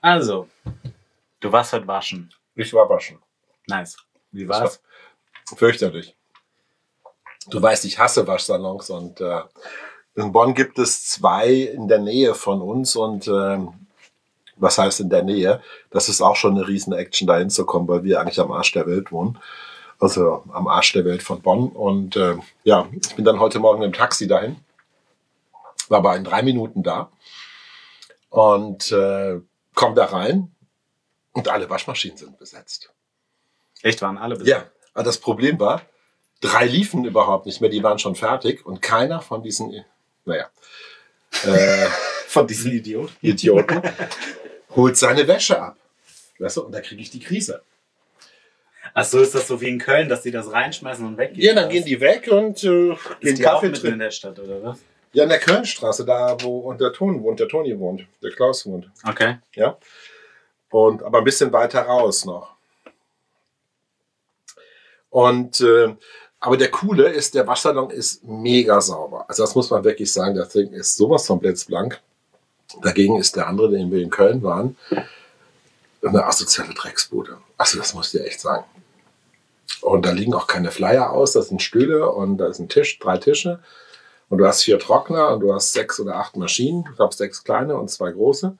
Also, du warst heute waschen. Ich war waschen. Nice. Wie Das war's? Fürchterlich. Du weißt, ich hasse Waschsalons und äh, in Bonn gibt es zwei in der Nähe von uns und ähm, was heißt in der Nähe? Das ist auch schon eine riesen Action, da hinzukommen, weil wir eigentlich am Arsch der Welt wohnen. Also am Arsch der Welt von Bonn. Und äh, ja, ich bin dann heute Morgen im Taxi dahin. War aber in drei Minuten da. Und äh, komm da rein und alle Waschmaschinen sind besetzt. Echt waren alle bis Ja, aber das Problem war, drei liefen überhaupt nicht mehr, die waren schon fertig und keiner von diesen, naja, äh, von diesen Idioten. Idioten holt seine Wäsche ab. Weißt du, und da kriege ich die Krise. Ach so, ist das so wie in Köln, dass die das reinschmeißen und weggehen? Ja, dann gehen die weg und äh, ist gehen die auch Kaffee mitten in trinken. der Stadt, oder was? Ja, in der Kölnstraße, da wo unter Ton wohnt, der Toni wohnt, der Klaus wohnt. Okay. Ja. Und aber ein bisschen weiter raus noch. Und äh, aber der coole ist, der Waschsalon ist mega sauber. Also das muss man wirklich sagen, das Ding ist sowas von blitzblank. Dagegen ist der andere, den wir in Köln waren, eine asoziale Drecksbude. Also das muss ich dir echt sagen. Und da liegen auch keine Flyer aus, das sind Stühle und da ist ein Tisch, drei Tische. Und du hast vier Trockner und du hast sechs oder acht Maschinen. Ich glaube sechs kleine und zwei große.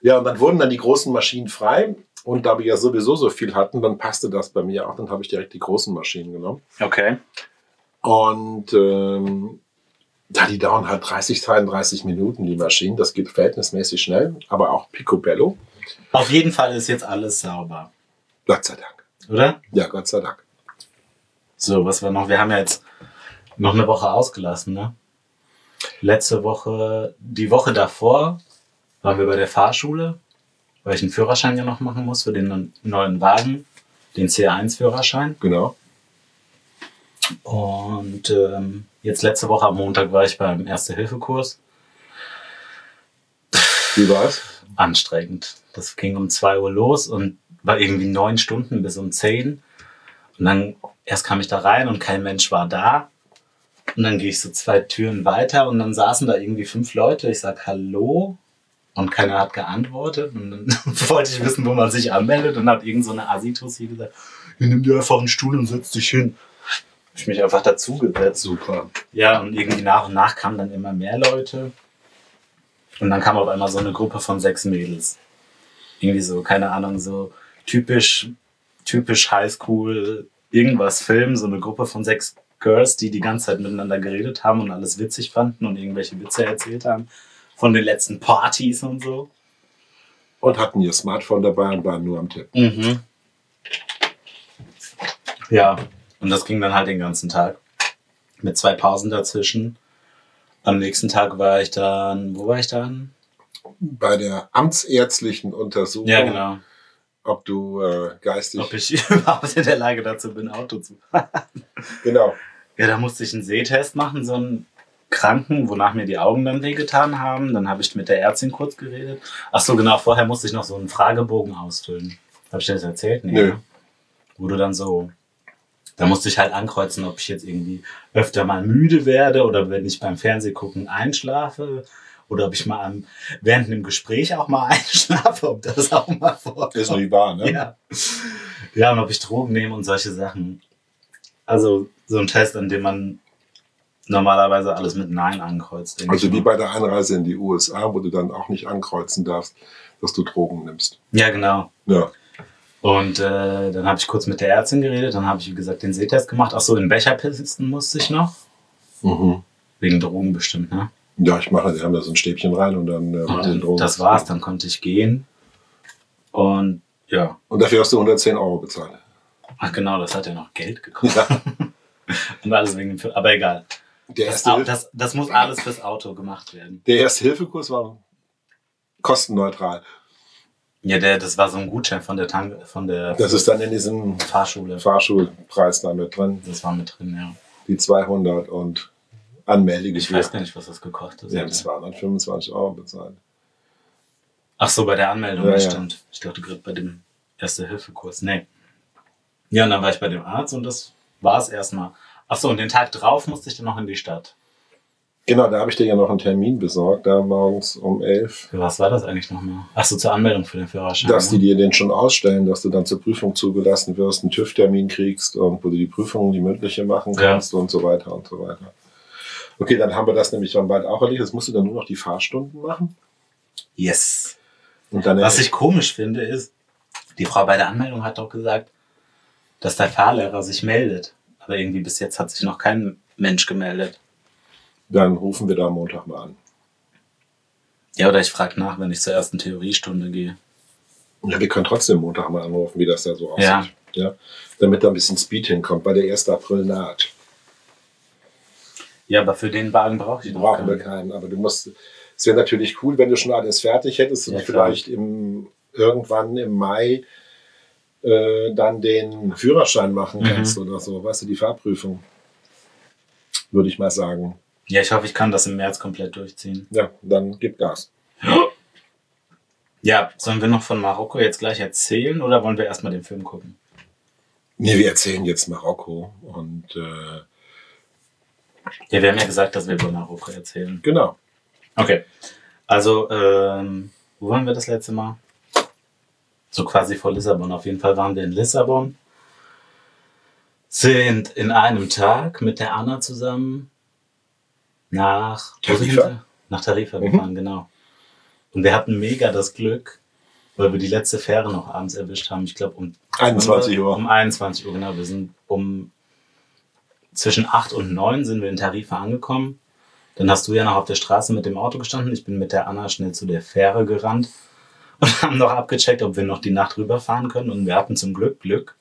Ja, und dann wurden dann die großen Maschinen frei. Und da wir ja sowieso so viel hatten, dann passte das bei mir auch. Dann habe ich direkt die großen Maschinen genommen. Okay. Und ähm, da die dauern halt 30, 33 Minuten, die Maschinen. Das geht verhältnismäßig schnell, aber auch picobello. Auf jeden Fall ist jetzt alles sauber, Gott sei Dank. oder? Ja, Gott sei Dank. So, was war noch? Wir haben ja jetzt noch eine Woche ausgelassen, ne? Letzte Woche, die Woche davor waren wir bei der Fahrschule, weil ich einen Führerschein ja noch machen muss für den neuen Wagen, den C1-Führerschein. Genau. Und ähm, jetzt letzte Woche am Montag war ich beim Erste-Hilfe-Kurs. Wie war's? Anstrengend. Das ging um 2 Uhr los und war irgendwie neun Stunden bis um 10. Und dann erst kam ich da rein und kein Mensch war da. Und dann gehe ich so zwei Türen weiter und dann saßen da irgendwie fünf Leute. Ich sag Hallo und keiner hat geantwortet. Und dann wollte ich wissen, wo man sich anmeldet. Und hat irgend so eine Asitus hier gesagt, nimm dir einfach einen Stuhl und setz dich hin. Hab Ich mich einfach dazugesetzt. Super. Ja, und irgendwie nach und nach kamen dann immer mehr Leute. Und dann kam auf einmal so eine Gruppe von sechs Mädels. Irgendwie so, keine Ahnung, so typisch, typisch Highschool, irgendwas Film, so eine Gruppe von sechs Girls, die die ganze Zeit miteinander geredet haben und alles witzig fanden und irgendwelche Witze erzählt haben von den letzten Partys und so. Und hatten ihr Smartphone dabei und waren nur am Tipp. Mhm. Ja, und das ging dann halt den ganzen Tag. Mit zwei Pausen dazwischen. Am nächsten Tag war ich dann, wo war ich dann? Bei der amtsärztlichen Untersuchung, Ja, genau. ob du äh, geistig. Ob ich überhaupt in der Lage dazu bin, Auto zu fahren. genau. Ja, da musste ich einen Sehtest machen, so einen Kranken, wonach mir die Augen dann wehgetan haben. Dann habe ich mit der Ärztin kurz geredet. Ach so, genau, vorher musste ich noch so einen Fragebogen ausfüllen. Habe ich dir das erzählt? Nee. Nö. ne? Wo du dann so, da musste ich halt ankreuzen, ob ich jetzt irgendwie öfter mal müde werde oder wenn ich beim Fernsehgucken einschlafe oder ob ich mal am, während einem Gespräch auch mal einschlafe, ob das auch mal vorkommt. Ist nicht wahr, ne? Ja. ja, und ob ich Drogen nehme und solche Sachen. Also so ein Test, an dem man normalerweise alles mit Nein ankreuzt. denke Also ich wie mal. bei der Einreise in die USA, wo du dann auch nicht ankreuzen darfst, dass du Drogen nimmst. Ja, genau. Ja, Und äh, dann habe ich kurz mit der Ärztin geredet, dann habe ich, wie gesagt, den Sehtest gemacht. Ach so, in Becherpisten musste ich noch. mhm. Wegen Drogen bestimmt, ne? ja ich mache, die haben da so ein Stäbchen rein und dann äh, Und machen die dann, Drogen. Ah, das war's, dann konnte ich gehen. Und ja, Und dafür hast du 110 Euro bezahlt. ach genau, das hat ja noch Geld gekostet. Ja, Und alles wegen dem Film. Aber egal. der Das, erste, Au- Hilf- das, das muss alles fürs Auto gemacht werden. der erste Hilfekurs war kostenneutral. Ja, der, das war so ein Gutschein von der Tank, von der Das ist dann in diesem Fahrschule. Fahrschulpreis da mit drin, Das war mit drin, ja. die 200 und Ich Anmeldegebühr. weiß gar nicht, was das gekostet Wir haben hat. 225 Euro bezahlt. Ach so, bei der Anmeldung, Ja, das ja. stimmt. Ich dachte gerade bei dem Erste-Hilfe-Kurs. Nee. Ja, und dann war ich bei dem Arzt und das war es erstmal. Ach so, und den Tag drauf musste ich dann noch in die Stadt. Genau, da habe ich dir ja noch einen Termin besorgt, da morgens um 11. Für was war das eigentlich nochmal? Achso, zur Anmeldung für den Führerschein. Dass die ne? dir den schon ausstellen, dass du dann zur Prüfung zugelassen wirst, einen TÜV-Termin kriegst und wo du die Prüfung, die mündliche machen Ja. kannst und so weiter und so weiter. Okay, dann haben wir das nämlich dann bald auch erledigt. Jetzt musst du dann nur noch die Fahrstunden machen. Yes. Und dann Was ich komisch finde, ist, die Frau bei der Anmeldung hat doch gesagt, dass der Fahrlehrer sich meldet. Aber irgendwie bis jetzt hat sich noch kein Mensch gemeldet. Dann rufen wir da am Montag mal an. Ja, oder ich frage nach, wenn ich zur ersten Theoriestunde gehe. Ja, wir können trotzdem Montag mal anrufen, wie das da so aussieht. Ja. Ja. Damit da ein bisschen Speed hinkommt, weil der 1. April naht. Ja, aber für den Wagen brauche ich noch Brauchen wir keinen. keinen, aber du musst. Es wäre natürlich cool, wenn du schon alles fertig hättest und Ja, klar. vielleicht im, irgendwann im Mai äh, dann den Führerschein machen Mhm. kannst oder so. Weißt du, die Fahrprüfung. Würde ich mal sagen. Ja, ich hoffe, ich kann das im März komplett durchziehen. Ja, dann gib Gas. Ja, sollen wir noch von Marokko jetzt gleich erzählen oder wollen wir erstmal den Film gucken? Nee, wir erzählen jetzt Marokko und äh, Ja, wir haben ja gesagt, dass wir über Marokko erzählen. genau. Okay. Also, ähm, wo waren wir das letzte Mal? So quasi vor Lissabon. Auf jeden Fall waren wir in Lissabon. Sind in einem Tag mit der Anna zusammen nach wo sind Tarifa? wir? Nach Tarifa Mhm. gefahren, genau. Und wir hatten mega das Glück, weil wir die letzte Fähre noch abends erwischt haben. Ich glaube, um 21 Uhr. Um 21 Uhr, genau. Wir sind um zwischen 8 und 9 sind wir in Tarifa angekommen. Dann hast du ja noch auf der Straße mit dem Auto gestanden. Ich bin mit der Anna schnell zu der Fähre gerannt und haben noch abgecheckt, ob wir noch die Nacht rüberfahren können. Und wir hatten zum Glück Glück,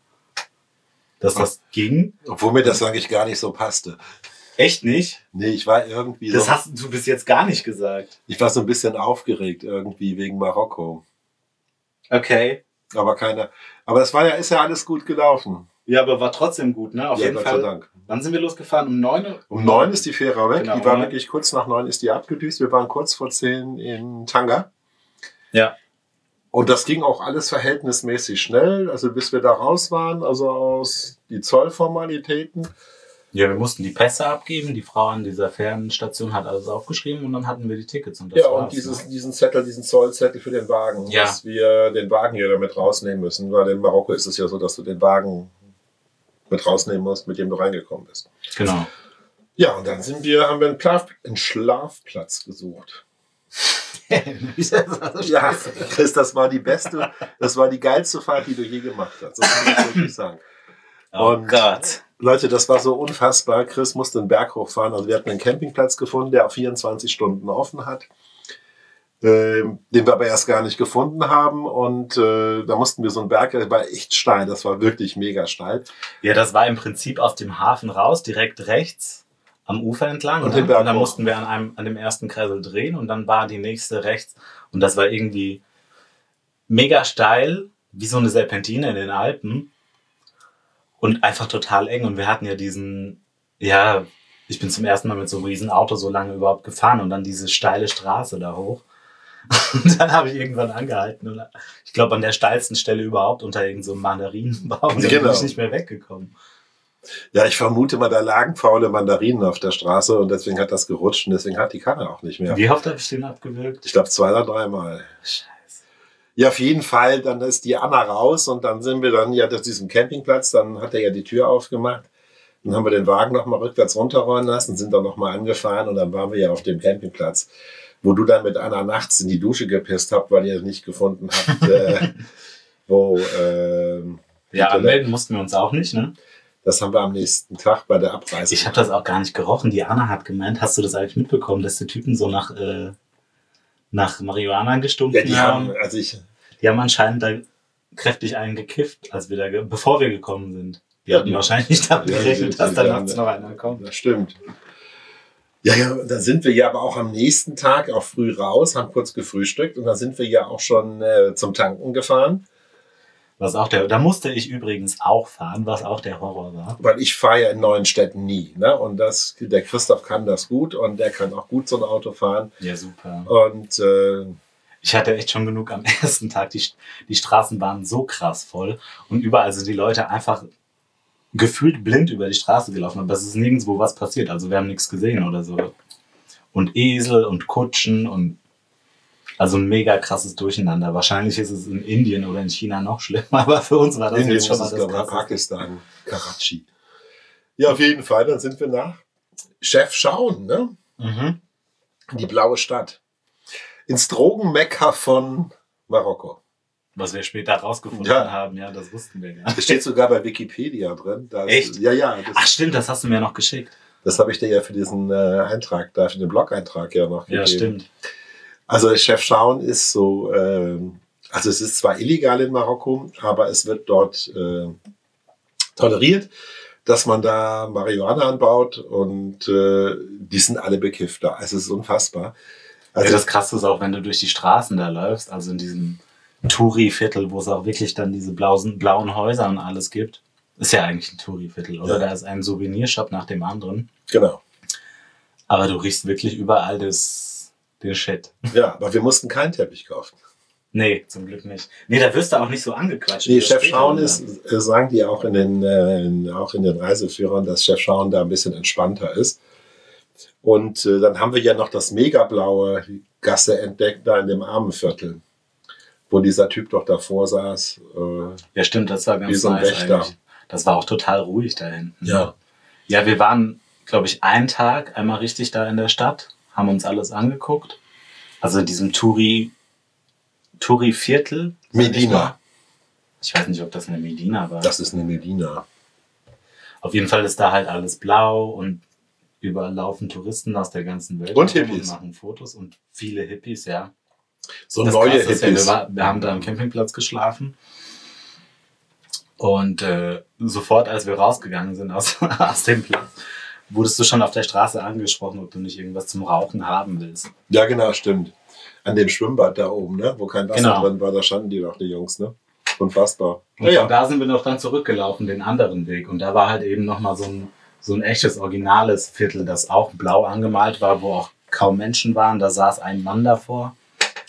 dass das ging. Obwohl mir das eigentlich gar nicht so passte. Echt nicht? Nee, ich war irgendwie Das so, hast du bis jetzt gar nicht gesagt. ich war so ein bisschen aufgeregt irgendwie wegen Marokko. Okay. Aber keiner. Aber es war ja, ist ja alles gut gelaufen. Ja, aber war trotzdem gut, ne? Auf ja, jeden Gott sei Fall. Dank. Wann sind wir losgefahren? Um 9 Uhr? Um neun ist die Fähre weg. Genau, die war ne? wirklich kurz nach neun ist die abgedüst. Wir waren kurz vor zehn in Tanga. Ja. Und das ging auch alles verhältnismäßig schnell. Also bis wir da raus waren, also aus die Zollformalitäten. Ja, wir mussten die Pässe abgeben. Die Frau an dieser Fernstation hat alles aufgeschrieben und dann hatten wir die Tickets. Und das ja, und war's. ne? dieses, diesen Zettel, diesen Zollzettel für den Wagen, Ja. dass wir den Wagen hier damit rausnehmen müssen, weil in Marokko ist es ja so, dass du den Wagen mit rausnehmen musst, mit dem du reingekommen bist. Genau. Ja, und dann sind wir, haben wir einen, Plaf einen Schlafplatz gesucht. Oh Ja, Chris, das war die beste, das war die geilste Fahrt, die du je gemacht hast. Das muss ich wirklich sagen. oh Und- Gott. Leute, das war so unfassbar. Chris musste einen Berg hochfahren. Also wir hatten einen Campingplatz gefunden, der 24 Stunden offen hat, ähm, den wir aber erst gar nicht gefunden haben. Und äh, da mussten wir so einen Berg, der war echt steil, das war wirklich mega steil. Ja, das war im Prinzip aus dem Hafen raus, direkt rechts am Ufer entlang. Und ne? den Berg und dann hoch. mussten wir an, einem, an dem ersten Kreisel drehen und dann war die nächste rechts. Und das war irgendwie mega steil, wie so eine Serpentine in den Alpen. Und einfach total eng. Und wir hatten ja diesen, ja, ich bin zum ersten Mal mit so einem riesen Auto so lange überhaupt gefahren und dann diese steile Straße da hoch. Und dann habe ich irgendwann angehalten und ich glaube an der steilsten Stelle überhaupt unter irgendeinem so einem Mandarinenbaum. Da bin Genau. ich nicht mehr weggekommen. Ja, ich vermute mal, da lagen faule Mandarinen auf der Straße und deswegen hat das gerutscht und deswegen hat die Karre auch nicht mehr. Wie oft habe ich den abgewürgt? Ich glaube zwei oder dreimal. Scheiße. Ja, auf jeden Fall, dann ist die Anna raus und dann sind wir dann ja auf diesem Campingplatz, dann hat er ja die Tür aufgemacht. Dann haben wir den Wagen nochmal rückwärts runterrollen lassen, sind dann nochmal angefahren und dann waren wir ja auf dem Campingplatz, wo du dann mit Anna nachts in die Dusche gepisst habt, weil ihr nicht gefunden habt, äh, wo, ähm, Ja, Bitte, ne? anmelden mussten wir uns auch nicht, ne? das haben wir am nächsten Tag bei der Abreise. Ich habe das auch gar nicht gerochen. Die Anna hat gemeint, hast du das eigentlich mitbekommen, dass die Typen so nach, äh, nach Marihuana gestunken ja, die haben, haben? also ich, Die haben anscheinend da kräftig einen gekifft, als wir da, ge- bevor wir gekommen sind. Die Ja, hatten die- wahrscheinlich nicht damit Ja, die- gerechnet, die- dass die da waren- nachts noch einer kommt. Das stimmt. Ja, ja, und dann sind wir ja aber auch am nächsten Tag auch früh raus, haben kurz gefrühstückt und dann sind wir ja auch schon äh, zum Tanken gefahren, Was auch der, da musste ich übrigens auch fahren, was auch der Horror war. weil ich fahre ja in neuen Städten nie. Ne? Und das, der Christoph kann das gut und der kann auch gut so ein Auto fahren. Ja, super. Und äh, Ich hatte echt schon genug am ersten Tag. Die, die Straßen waren so krass voll und überall sind die Leute einfach gefühlt blind über die Straße gelaufen, aber es ist nirgendwo was passiert. Also wir haben nichts gesehen oder so. und Esel und Kutschen und also ein mega krasses Durcheinander. Wahrscheinlich ist es in Indien oder in China noch schlimmer, aber für uns war das Indien jetzt schon ist mal es, das glaube ich, krasseste. Pakistan, Karachi. Ja, auf jeden Fall, dann sind wir nach Chef Schauen, ne? Mhm. Die blaue Stadt. Ins Drogenmekka von Marokko. Was wir später rausgefunden Ja. haben, ja, das wussten wir gar nicht. Das steht sogar bei Wikipedia drin. Da ist- Echt? Ja, ja. Ach Das, stimmt, das hast du mir noch geschickt. das habe ich dir ja für diesen äh, Eintrag, da für den Blog-Eintrag ja noch Ja, stimmt. Also Chef Schauen ist so, ähm, also es ist zwar illegal in Marokko, aber es wird dort äh, toleriert, dass man da Marihuana anbaut und äh, die sind alle bekifft da. Also es ist unfassbar. Also ja, das Krasse ist auch, wenn du durch die Straßen da läufst, also in diesem Touri-Viertel, wo es auch wirklich dann diese blausen, blauen Häuser und alles gibt. Ist ja eigentlich ein Touri-Viertel, oder? Ja. Da ist ein Souvenirshop nach dem anderen. genau. Aber du riechst wirklich überall das, den Shit. Ja, aber wir mussten keinen Teppich kaufen. Nee, zum Glück nicht. Nee, da wirst du auch nicht so angequatscht. wie Nee, das Chef später Schauen dann. ist, äh, sagen die auch in den, äh, in- auch in den Reiseführern, dass Chef Schauen da ein bisschen entspannter ist. Und äh, dann haben wir ja noch das mega blaue Gasse entdeckt, da in dem Armenviertel, wo dieser Typ doch davor saß. Äh, Ja, stimmt, das war ganz Wie so ein nice Wächter. eigentlich. Das war auch total ruhig da hinten. Ja. Ja, wir waren, glaube ich, einen Tag einmal richtig da in der Stadt, haben uns alles angeguckt. Also in diesem Touri, Touri-Viertel. sag ich mal. Medina. Ich weiß nicht, ob das eine Medina war. Das ist eine Medina. Auf jeden Fall ist da halt alles blau und überall laufen Touristen aus der ganzen Welt. Und rum Hippies. machen Fotos und viele Hippies, ja. So Das neue Krasse ist ja, Hippies. wir, war, wir haben da am Campingplatz geschlafen. Und äh, sofort, als wir rausgegangen sind aus, aus dem Platz, wurdest du schon auf der Straße angesprochen, ob du nicht irgendwas zum Rauchen haben willst. ja, genau, stimmt. An dem Schwimmbad da oben, ne? wo kein Wasser Genau. drin war, da standen die doch, die Jungs. Ne? Unfassbar. Und Ja, ja. von da sind wir noch dann zurückgelaufen, den anderen Weg. Und da war halt eben nochmal so ein, so ein echtes, originales Viertel, das auch blau angemalt war, wo auch kaum Menschen waren. Da saß ein Mann davor.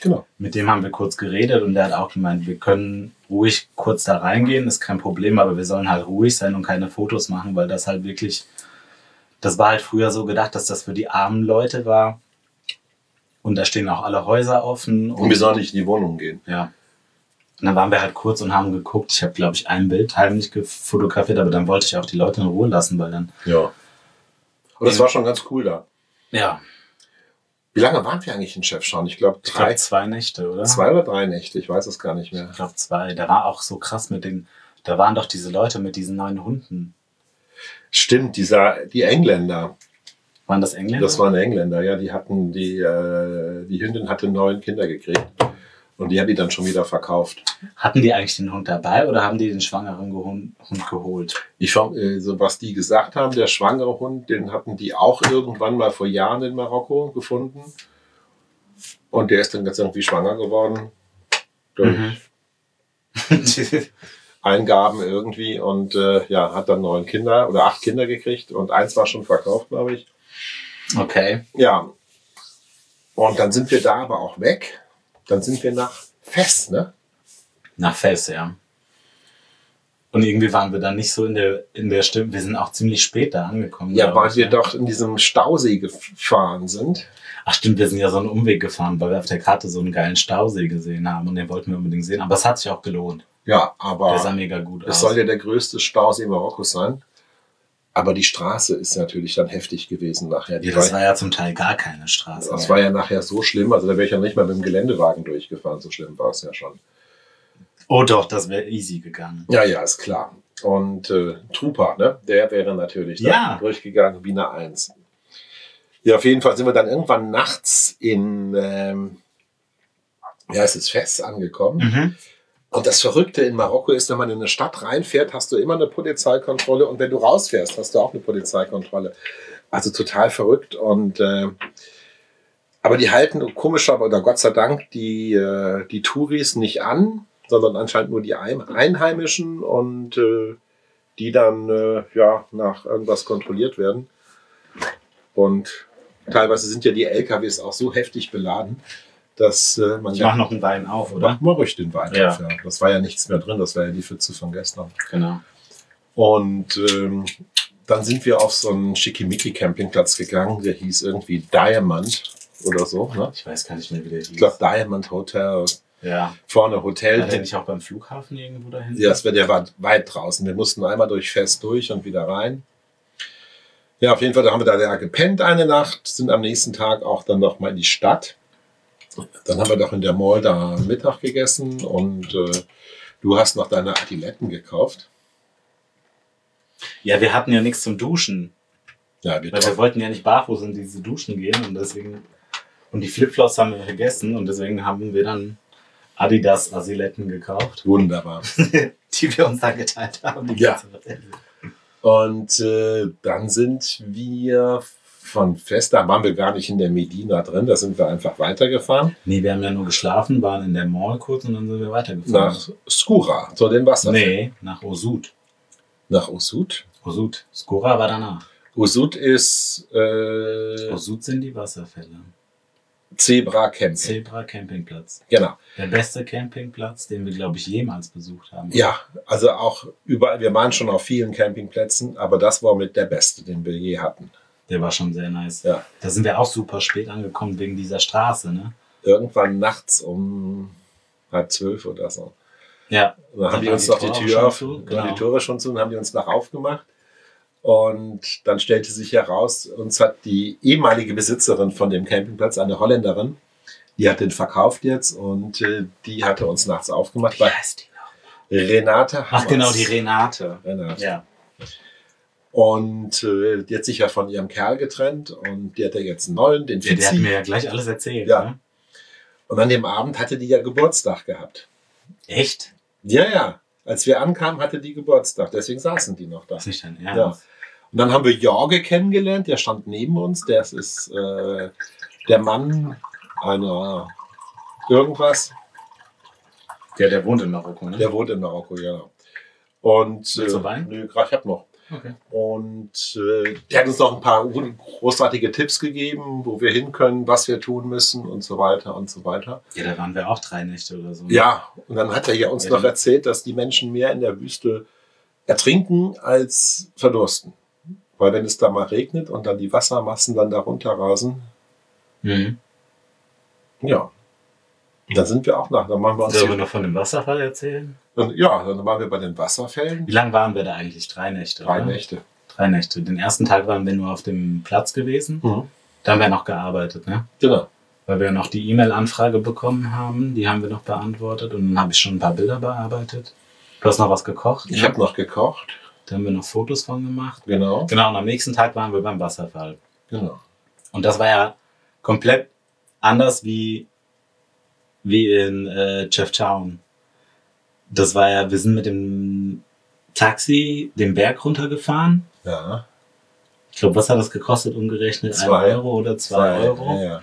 Genau. Mit dem haben wir kurz geredet und der hat auch gemeint, wir können ruhig kurz da reingehen, ist kein Problem, aber wir sollen halt ruhig sein und keine Fotos machen, weil das halt wirklich, das war halt früher so gedacht, dass das für die armen Leute war. Und da stehen auch alle Häuser offen. Und wir sollen nicht in die Wohnung gehen. Ja. Und dann waren wir halt kurz und haben geguckt. Ich habe, glaube ich, ein Bild heimlich gefotografiert, aber dann wollte ich auch die Leute in Ruhe lassen, weil dann. Ja. Und das war schon ganz cool da. Ja, Wie lange waren wir eigentlich in Chefschauen? Ich glaube, ich glaube drei, zwei Nächte, oder? zwei oder drei Nächte. Ich weiß es gar nicht mehr. Ich glaube zwei. Da war auch so krass mit den. Da waren doch diese Leute mit diesen neuen Hunden. Stimmt, dieser, die Engländer. Waren das Engländer? Das waren Engländer, ja. Die hatten, die, äh, die Hündin hatte neun Kinder gekriegt. Und die hat die dann schon wieder verkauft. Hatten die eigentlich den Hund dabei oder haben die den schwangeren Gehund, Hund geholt? Ich fand, äh, so was die gesagt haben, der schwangere Hund, den hatten die auch irgendwann mal vor Jahren in Marokko gefunden. Und der ist dann ganz irgendwie schwanger geworden. Durch Eingaben irgendwie und äh, ja, hat dann neun Kinder oder acht Kinder gekriegt und eins war schon verkauft, glaube ich. okay. Ja. Und dann sind wir da aber auch weg. Dann sind wir nach Fest, ne? Nach Fels, ja. Und irgendwie waren wir dann nicht so in der, in der Stimme. Wir sind auch ziemlich spät da angekommen. Ja, glaub weil ich, wir ne? doch in diesem Stausee gefahren sind. Ach stimmt, wir sind ja so einen Umweg gefahren, weil wir auf der Karte so einen geilen Stausee gesehen haben und den wollten wir unbedingt sehen. Aber es hat sich auch gelohnt. Ja, Der sah aber mega gut Ah. es aus. soll ja der größte Stausee Marokkos sein. Aber die Straße ist natürlich dann heftig gewesen nachher. Die ja, war, das war ja zum Teil gar keine Straße. das mehr. war ja nachher so schlimm. Also da wäre ich ja nicht mal mit dem Geländewagen durchgefahren. So schlimm war es ja schon. oh doch, das wäre easy gegangen. Ja, ja, ist klar. Und äh, Trupa, ne? der wäre natürlich Ja. dann durchgegangen wie eine Eins. Ja, auf jeden Fall sind wir dann irgendwann nachts in, ähm, ja, es ist fest angekommen. Mhm. Und das Verrückte in Marokko ist, wenn man in eine Stadt reinfährt, hast du immer eine Polizeikontrolle und wenn du rausfährst, hast du auch eine Polizeikontrolle. Also total verrückt und äh, aber die halten komischer oder Gott sei Dank die, äh, die Touris nicht an, sondern anscheinend nur die Ein- Einheimischen und äh, die dann äh, ja nach irgendwas kontrolliert werden. Und teilweise sind ja die LKWs auch so heftig beladen, dass äh, man Ich ja mach noch einen Wein auf, oder? oder? Mach mal ruhig den Wein. Ja. auf, Ja. Genau. Das war ja nichts mehr drin, das war ja die Pfütze von gestern. Genau. Und ähm, Dann sind wir auf so einen Schickimicki-Campingplatz gegangen, der hieß irgendwie Diamond oder so. Ne? Ich weiß gar nicht mehr, wie der hieß. Ich glaube Diamond Hotel, ja. vorne Hotel. War der nicht auch beim Flughafen irgendwo dahin? Ja, das wär, der war weit draußen. Wir mussten einmal durch Fest durch und wieder rein. Ja, auf jeden Fall, da haben wir da, da gepennt eine Nacht, sind am nächsten Tag auch dann noch mal in die Stadt. Dann haben wir doch in der Mall da Mittag gegessen und äh, du hast noch deine Adiletten gekauft. Ja, wir hatten ja nichts zum Duschen. Ja, wir Weil wir wollten ja nicht barfuß in diese Duschen gehen und deswegen. Und die Flipflops haben wir vergessen und deswegen haben wir dann Adidas Asiletten gekauft, wunderbar. die wir uns dann geteilt haben. die Ja. ganze- Und äh, dann sind wir von Fest, da waren wir gar nicht in der Medina drin, da sind wir einfach weitergefahren Nee, wir haben ja nur geschlafen, waren in der Mall kurz und dann sind wir weitergefahren. nach Skura, zu den Wassern. Hm. nee, nach Osud. Nach Usud. Osud. Skora war danach. Usud ist äh, Osud sind die Wasserfälle. Zebra Camping. Zebra Campingplatz. Genau. Der beste Campingplatz, den wir, glaube ich, jemals besucht haben. Ja, also auch überall, wir waren schon auf vielen Campingplätzen, aber das war mit der beste, den wir je hatten. Der war schon sehr nice. Ja. Da sind wir auch super spät angekommen wegen dieser Straße, ne? Irgendwann nachts um halb zwölf oder so. Ja. Und dann Dann haben die war uns die noch Tür die auch Tür schon auf, zu, waren genau. die Tore schon zu und haben die uns nach aufgemacht. Und dann stellte sich heraus, uns hat die ehemalige Besitzerin von dem Campingplatz, eine Holländerin, die hat den verkauft jetzt und äh, die hatte uns nachts aufgemacht. Bei heißt die noch? Renate Hammers. Ach genau, die Renate. Renate. Ja. Und äh, die hat sich ja von ihrem Kerl getrennt und die hat ja jetzt einen neuen, den Der, der hat Fitzi. mir ja gleich alles erzählt. Ja. Ne? Und an dem Abend hatte die ja Geburtstag gehabt. Echt? Ja, ja. Als wir ankamen, hatte die Geburtstag. Deswegen saßen die noch da. Das ist nicht dein Ernst. Und dann haben wir Jorge kennengelernt, der stand neben uns. Der ist äh, der Mann einer irgendwas. Ja, der wohnt in Marokko, ne? Der wohnt in Marokko, ja. Und äh, Willst du Wein? nö, grad, ich hab noch. Okay. Und äh, der hat uns noch ein paar gute- großartige Tipps gegeben, wo wir hin können, was wir tun müssen und so weiter und so weiter. Ja, da waren wir auch drei Nächte oder so. ne? Ja, und dann hat er ja uns Mhm. Ja, noch die- erzählt, dass die Menschen mehr in der Wüste ertrinken als verdursten. Weil wenn es da mal regnet und dann die Wassermassen dann darunter rasen, Mhm. Ja. Dann sind wir auch nach. Dann machen wir uns Sollen wir hier, noch von dem Wasserfall erzählen? dann, ja, dann waren wir bei den Wasserfällen. Mhm. Wie lange waren wir da eigentlich? Drei Nächte. Drei oder? Nächte. Drei Nächte. Den ersten Tag waren wir nur auf dem Platz gewesen. Da haben wir noch gearbeitet, ne? Mhm. Genau. Weil wir noch die E-Mail-Anfrage bekommen haben. Die haben wir noch beantwortet. Und dann habe ich schon ein paar Bilder bearbeitet. Du hast noch was gekocht. Ich ne? habe noch gekocht. Da haben wir noch Fotos von gemacht. Genau. Genau, und am nächsten Tag waren wir beim Wasserfall. Genau. Und das war ja komplett anders wie, wie in äh, Jeff Town. Das war ja, wir sind mit dem Taxi den Berg runtergefahren. Ja. Ich glaube, was hat das gekostet umgerechnet? Ein Zwei. Euro oder zwei, Euro? Ja, ja.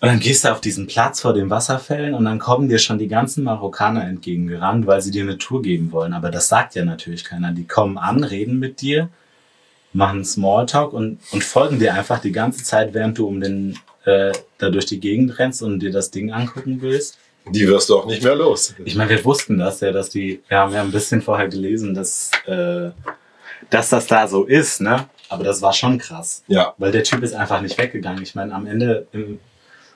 Und dann gehst du auf diesen Platz vor den Wasserfällen und dann kommen dir schon die ganzen Marokkaner entgegengerannt, weil sie dir eine Tour geben wollen. Aber das sagt ja natürlich keiner. Die kommen an, reden mit dir, machen Smalltalk und, und folgen dir einfach die ganze Zeit, während du um den äh, da durch die Gegend rennst und dir das Ding angucken willst. Die wirst du auch nicht mehr los. Ich meine, wir wussten das ja, dass die, wir haben ja ein bisschen vorher gelesen, dass, äh, dass das da so ist, ne? Aber das war schon krass. Ja. Weil der Typ ist einfach nicht weggegangen. Ich meine, am Ende, im,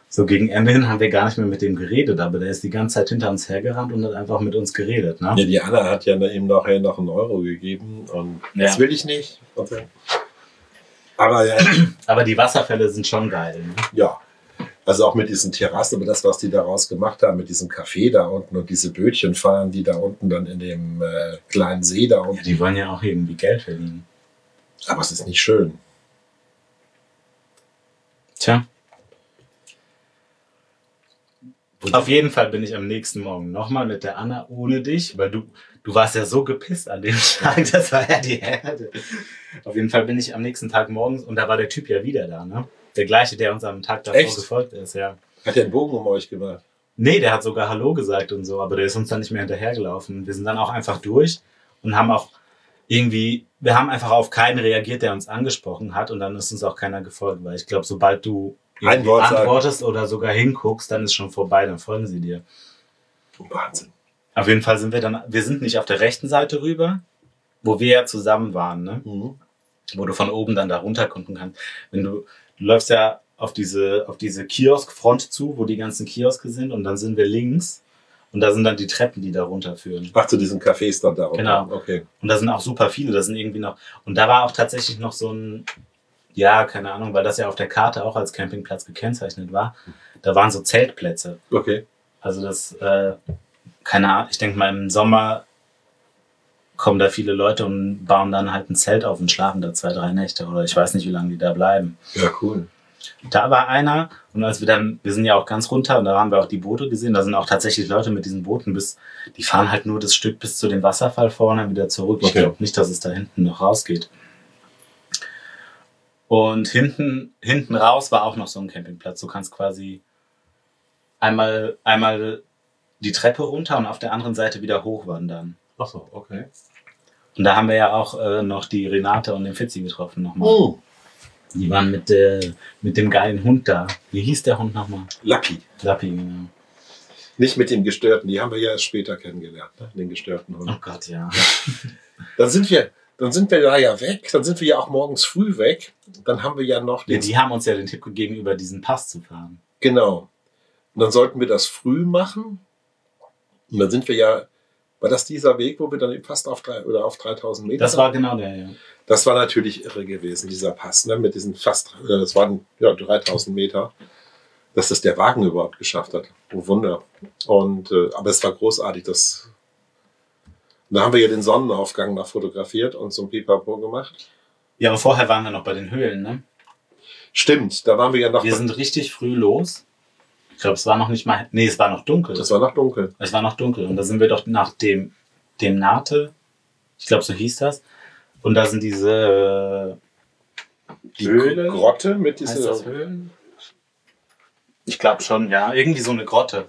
so gegen Ende hin, haben wir gar nicht mehr mit dem geredet, aber der ist die ganze Zeit hinter uns hergerannt und hat einfach mit uns geredet. Ne? ja. Die Anna hat ja ihm nachher noch einen Euro gegeben. Und Ja. das will ich nicht. Okay. Aber ja, Aber die Wasserfälle sind schon geil. Ne? ja. Also auch mit diesen Terrassen, aber das, was die daraus gemacht haben, mit diesem Café da unten und diese Bötchen fahren, die da unten dann in dem äh, kleinen See da unten. Ja, die wollen ja auch irgendwie Geld verdienen. Aber es ist nicht schön. Tja. Auf jeden Fall bin ich am nächsten Morgen nochmal mit der Anna ohne dich, weil du, du warst ja so gepisst an dem Tag, das war ja die Herde. Auf jeden Fall bin ich am nächsten Tag morgens und da war der Typ ja wieder da, ne? Der gleiche, der uns am Tag davor Echt? gefolgt ist, ja. Hat der einen Bogen um euch gemacht? Nee, der hat sogar Hallo gesagt und so, aber der ist uns dann nicht mehr hinterhergelaufen. Wir sind dann auch einfach durch und haben auch irgendwie, wir haben einfach auf keinen reagiert, der uns angesprochen hat und dann ist uns auch keiner gefolgt, weil ich glaube, sobald du Ein irgendwie Wort sagen. antwortest oder sogar hinguckst, dann ist schon vorbei, dann folgen sie dir. Wahnsinn. Auf jeden Fall sind wir dann, wir sind nicht auf der rechten Seite rüber, wo wir ja zusammen waren, ne? Mhm. wo du von oben dann da runter gucken kannst. Wenn du, du läufst ja auf diese, auf diese Kioskfront zu, wo die ganzen Kioske sind und dann sind wir links und da sind dann die Treppen, die da runterführen. Ach, zu diesen Cafés dann darum. Genau. Okay. Und da sind auch super viele, da sind irgendwie noch, und da war auch tatsächlich noch so ein, ja, keine Ahnung, weil das ja auf der Karte auch als Campingplatz gekennzeichnet war, da waren so Zeltplätze. Okay. Also das, äh, keine Ahnung, ich denke mal im Sommer kommen da viele Leute und bauen dann halt ein Zelt auf und schlafen da zwei, drei Nächte oder ich weiß nicht, wie lange die da bleiben. Ja, cool. Da war einer und als wir dann, wir sind ja auch ganz runter und da haben wir auch die Boote gesehen, da sind auch tatsächlich Leute mit diesen Booten bis, die fahren halt nur das Stück bis zu dem Wasserfall vorne wieder zurück. Ich Okay. glaube nicht, dass es da hinten noch rausgeht. Und hinten, hinten raus war auch noch so ein Campingplatz. Du kannst quasi einmal, einmal die Treppe runter und auf der anderen Seite wieder hochwandern. Ach so, okay. Und da haben wir ja auch äh, noch die Renate und den Fitzi getroffen nochmal. Mhm. Die waren mit, äh, mit dem geilen Hund da. Wie hieß der Hund nochmal? Lucky. Lappi, genau. Nicht mit dem Gestörten, die haben wir ja erst später kennengelernt, ne? den gestörten Hund. Oh Gott, ja. Dann sind wir, dann sind wir da ja weg, dann sind wir ja auch morgens früh weg. Dann haben wir ja noch ja. den. Die haben uns ja den Tipp gegeben, über diesen Pass zu fahren. Genau. Und dann sollten wir das früh machen. Und dann sind wir ja, war das dieser Weg, wo wir dann fast auf drei oder auf 3000 Meter? Das war genau der, ja. das war natürlich irre gewesen, dieser Pass, ne? mit diesen fast, äh, das waren ja 3000 Meter, dass das der Wagen überhaupt geschafft hat. Oh Wunder. Und, äh, aber es war großartig, das. Da haben wir ja den Sonnenaufgang mal fotografiert und so ein Pipapo gemacht. Ja, aber vorher waren wir noch bei den Höhlen, ne? Stimmt, da waren wir ja noch. Wir sind richtig früh los. Ich glaube, es war noch nicht mal. Nee, es war noch dunkel. Das war noch dunkel. Es war noch dunkel. Und da sind wir doch nach dem, dem Nate, ich glaube, so hieß das. Und da sind diese. Die Höhle? Grotte mit Heißt dieser. das Höhlen? Also Ich glaube schon, ja. Irgendwie so eine Grotte.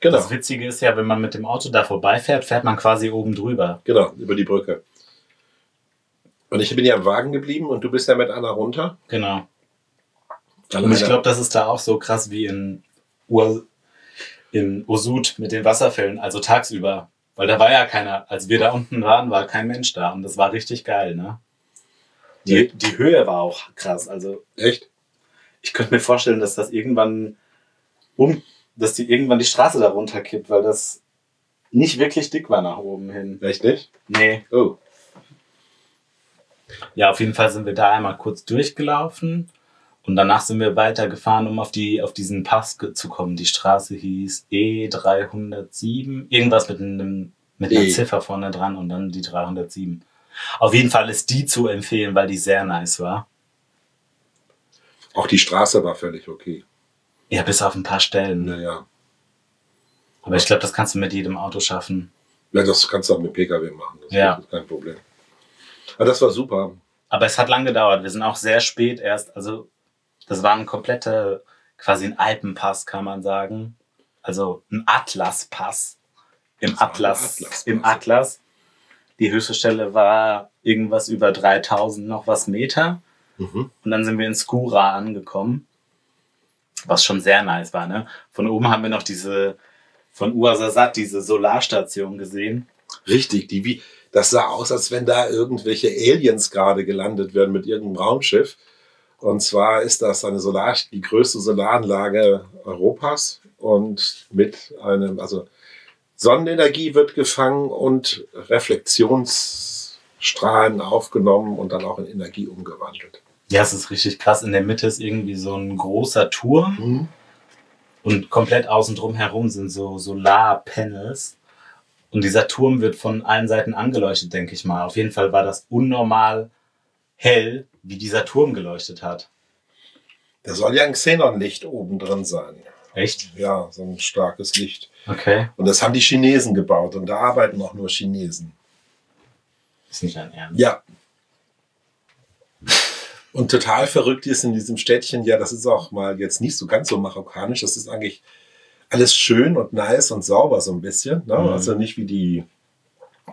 Genau, Das Witzige ist ja, wenn man mit dem Auto da vorbeifährt, fährt man quasi oben drüber. genau, über die Brücke. Und ich bin ja im Wagen geblieben und du bist ja mit Anna runter. Genau. Dann Und ich Anna- glaube, das ist da auch so krass wie in, Ur, in Osud mit den Wasserfällen, also tagsüber. Weil da war ja keiner, als wir da unten waren, war kein Mensch da und das war richtig geil, ne? Die, Ja. die Höhe war auch krass. Also Echt? ich könnte mir vorstellen, dass das irgendwann um, dass die irgendwann die Straße da runterkippt, weil das nicht wirklich dick war nach oben hin. Echt nicht? Nee. Oh. Ja, auf jeden Fall sind wir da einmal kurz durchgelaufen und danach sind wir weitergefahren, um auf, die, auf diesen Pass ge- zu kommen. Die Straße hieß E307, irgendwas mit, einem, mit einer E. Ziffer vorne dran und dann die 307. Auf jeden Fall ist die zu empfehlen, weil die sehr nice war. Auch die Straße war völlig okay. Ja, bis auf ein paar Stellen. Naja. Aber ich glaube, das kannst du mit jedem Auto schaffen. Ja, das kannst du auch mit dem Pkw machen. Das Ja. ist kein Problem. Aber das war super. Aber es hat lang gedauert. Wir sind auch sehr spät erst. Also, das war ein kompletter, quasi ein Alpenpass, kann man sagen. Also ein Atlaspass. Im Das war ein Atlas. Atlaspass. Im Atlas. Die höchste Stelle war irgendwas über 3000 noch was Meter. Mhm. Und dann sind wir in Skura angekommen. Was schon sehr nice war, ne? Von oben haben wir noch diese, von Uasasat, diese Solarstation gesehen. Richtig, die wie. Das sah aus, als wenn da irgendwelche Aliens gerade gelandet werden mit irgendeinem Raumschiff. Und zwar ist das eine Solar, die größte Solaranlage Europas und mit einem, also Sonnenenergie wird gefangen und Reflexionsstrahlen aufgenommen und dann auch in Energie umgewandelt. Ja, es ist richtig krass. In der Mitte ist irgendwie so ein großer Turm. Und komplett außen drum herum sind so Solarpanels. Und dieser Turm wird von allen Seiten angeleuchtet, denke ich mal. Auf jeden Fall war das unnormal hell, wie dieser Turm geleuchtet hat. Da soll ja ein Xenonlicht oben drin sein. Echt? Ja, so ein starkes Licht. Okay. Und das haben die Chinesen gebaut und da arbeiten auch nur Chinesen. Ist nicht dein Ernst. Ja. Und total verrückt ist in diesem Städtchen, ja, das ist auch mal jetzt nicht so ganz so marokkanisch, das ist eigentlich alles schön und nice und sauber so ein bisschen. Ne? Mhm. Also nicht wie die,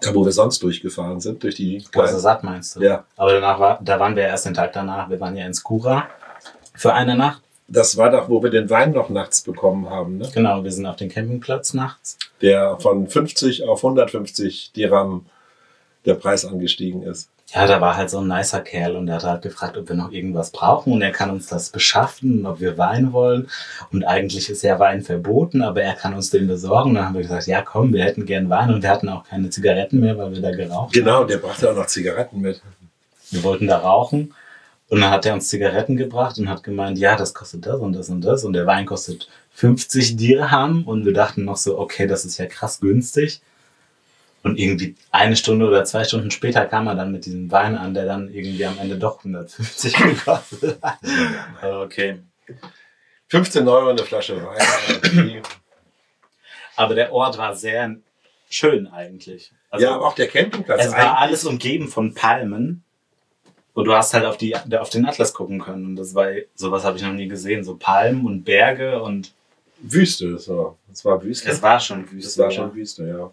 da wo wir sonst durchgefahren sind, durch die... Also satt meinst du? Ja, Aber danach war, da waren wir erst den Tag danach. Wir waren ja in Skura für eine Nacht. das war doch, wo wir den Wein noch nachts bekommen haben, ne? Genau, wir sind auf den Campingplatz nachts. der von 50 auf 150 Dirham der Preis angestiegen ist. Ja, da war halt so ein nicer Kerl und der hat halt gefragt, ob wir noch irgendwas brauchen und er kann uns das beschaffen und ob wir Wein wollen. Und eigentlich ist ja Wein verboten, aber er kann uns den besorgen. Und dann haben wir gesagt, ja komm, wir hätten gern Wein und wir hatten auch keine Zigaretten mehr, weil wir da geraucht haben. Genau, der brachte auch noch Zigaretten mit. Wir wollten da rauchen und dann hat er uns Zigaretten gebracht und hat gemeint, ja, das kostet das und das und das und der Wein kostet 50 Dirham und wir dachten noch so, okay, das ist ja krass günstig. Und irgendwie eine Stunde oder zwei Stunden später kam er dann mit diesem Wein an, der dann irgendwie am Ende doch 150 gekostet hat. Aber okay. 15 Euro eine Flasche Wein. Aber der Ort war sehr schön eigentlich. Also, ja, aber auch der Campingplatz. es war alles umgeben von Palmen. Und du hast halt auf, die, auf den Atlas gucken können. Und das war, sowas habe ich noch nie gesehen. So Palmen und Berge und Wüste, das war, das war Wüste. es war schon Wüste. Das war schon Wüste, ja.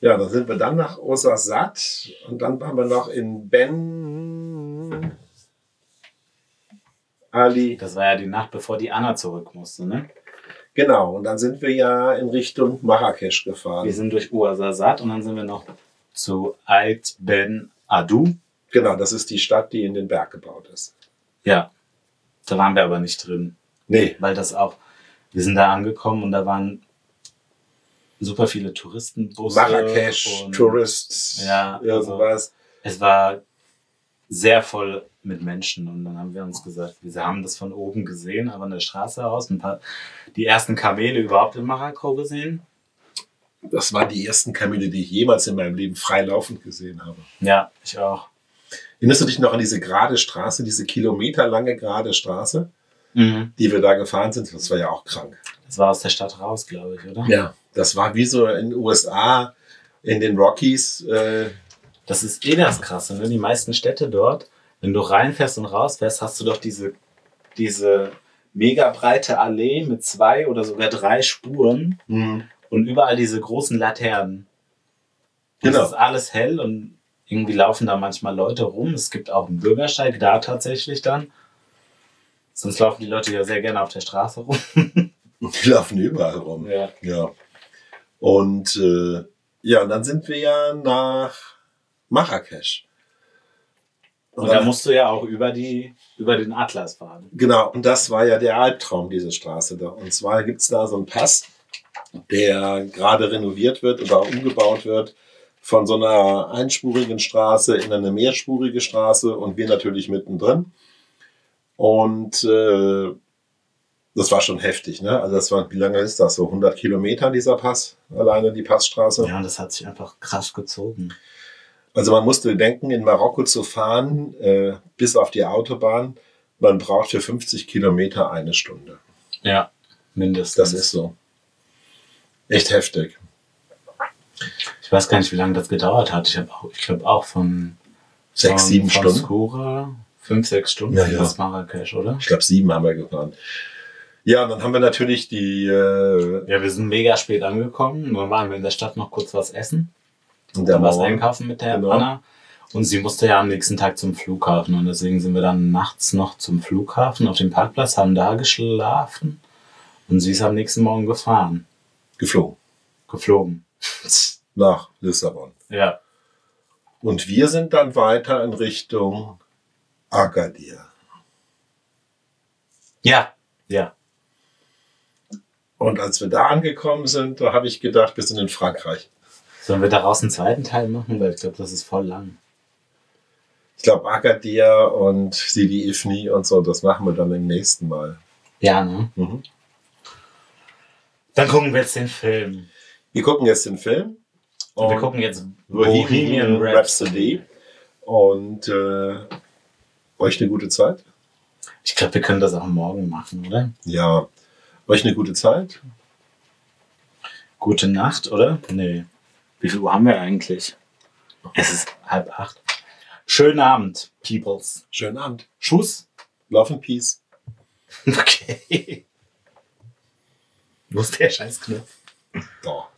Ja, dann sind wir dann nach Osasat und dann waren wir noch in Ben Ali. Das war ja die Nacht, bevor die Anna zurück musste, ne? Genau, und dann sind wir ja in Richtung Marrakesch Wir gefahren. sind durch Ouarzazate und dann sind wir noch zu Ait Ben Adu. Genau, das ist die Stadt, die in den Berg gebaut ist. Ja, da waren wir aber nicht drin, Nee, weil das auch, wir sind da angekommen und da waren super viele Touristenbusse. Marrakesch, und Tourist, Ja, also- irgendwas. Es war sehr voll mit Menschen und dann haben wir uns gesagt, wir haben das von oben gesehen, aber an der Straße aus, ein paar, die ersten Kamele überhaupt in Marokko gesehen. also Das waren die ersten Kamele, die ich jemals in meinem Leben freilaufend gesehen habe. Ja, ich auch. Erinnerst du dich noch an diese gerade Straße, diese kilometerlange gerade Straße, Mhm. die wir da gefahren sind? Das war ja auch krank. Das war aus der Stadt raus, glaube ich, oder? Ja, das war wie so in den USA, in den Rockies. Äh, Das ist eh das Krasse, ne? Die meisten Städte dort, wenn du reinfährst und rausfährst, hast du doch diese, diese mega breite Allee mit zwei oder sogar drei Spuren hm, und überall diese großen Laternen. Und Genau. Es ist alles hell und irgendwie laufen da manchmal Leute rum. Es gibt auch einen Bürgersteig da tatsächlich dann. Sonst laufen die Leute ja sehr gerne auf der Straße rum. Die laufen überall rum. Ja. Ja. Und äh, ja, und dann sind wir ja nach Marrakesch. Und da musst du ja auch über, die, über den Atlas fahren. Genau, und das war ja der Albtraum, diese Straße da. Und zwar gibt's da so einen Pass, der gerade renoviert wird oder umgebaut wird von so einer einspurigen Straße in eine mehrspurige Straße und wir natürlich mittendrin. Und äh, das war schon heftig, ne? Also das war, wie lange ist das? So 100 Kilometer dieser Pass, alleine die Passstraße. Ja, und das hat sich einfach krass gezogen. Also man musste bedenken, in Marokko zu fahren, äh, bis auf die Autobahn, man braucht für 50 Kilometer eine Stunde. Ja, mindestens. Das ist so. Echt heftig. Ich weiß gar nicht, wie lange das gedauert hat. Ich habe auch, ich glaube auch von Sechs, von, sieben von Stunden. Skura, fünf, sechs Stunden Ja, ja. bis Marrakesch, oder? Ich glaube, sieben haben wir gefahren. Ja, und dann haben wir natürlich die, äh, Ja, wir sind mega spät angekommen. Dann waren wir in der Stadt noch kurz was essen. in Dann was Mauer. einkaufen mit der Genau. Anna. Und sie musste ja am nächsten Tag zum Flughafen. Und deswegen sind wir dann nachts noch zum Flughafen auf dem Parkplatz, haben da geschlafen. Und sie ist am nächsten Morgen gefahren, geflogen geflogen. nach Lissabon. Ja. Und wir sind dann weiter in Richtung Agadir. Ja. Ja. Und als wir da angekommen sind, da habe ich gedacht, wir sind in Frankreich. Sollen wir daraus einen zweiten Teil machen? Weil ich glaube, das ist voll lang. Ich glaube, Agadir und Sidi Ifni und so, das machen wir dann im nächsten Mal. Ja, ne? Mhm. Dann gucken wir jetzt den Film. Wir gucken jetzt den Film. Und wir Und- gucken jetzt Bohemian Bohemian Raps. Rhapsody. Und äh, euch eine gute Zeit. Ich glaube, wir können das auch morgen machen, oder? Ja. Euch eine gute Zeit. Gute Nacht, oder? Nee. Wie viel Uhr haben wir eigentlich? Es ist halb acht. Schönen Abend, Peoples. Schönen Abend. Tschüss. Love and Peace. Okay. Wo ist der scheiß Knopf? Doch.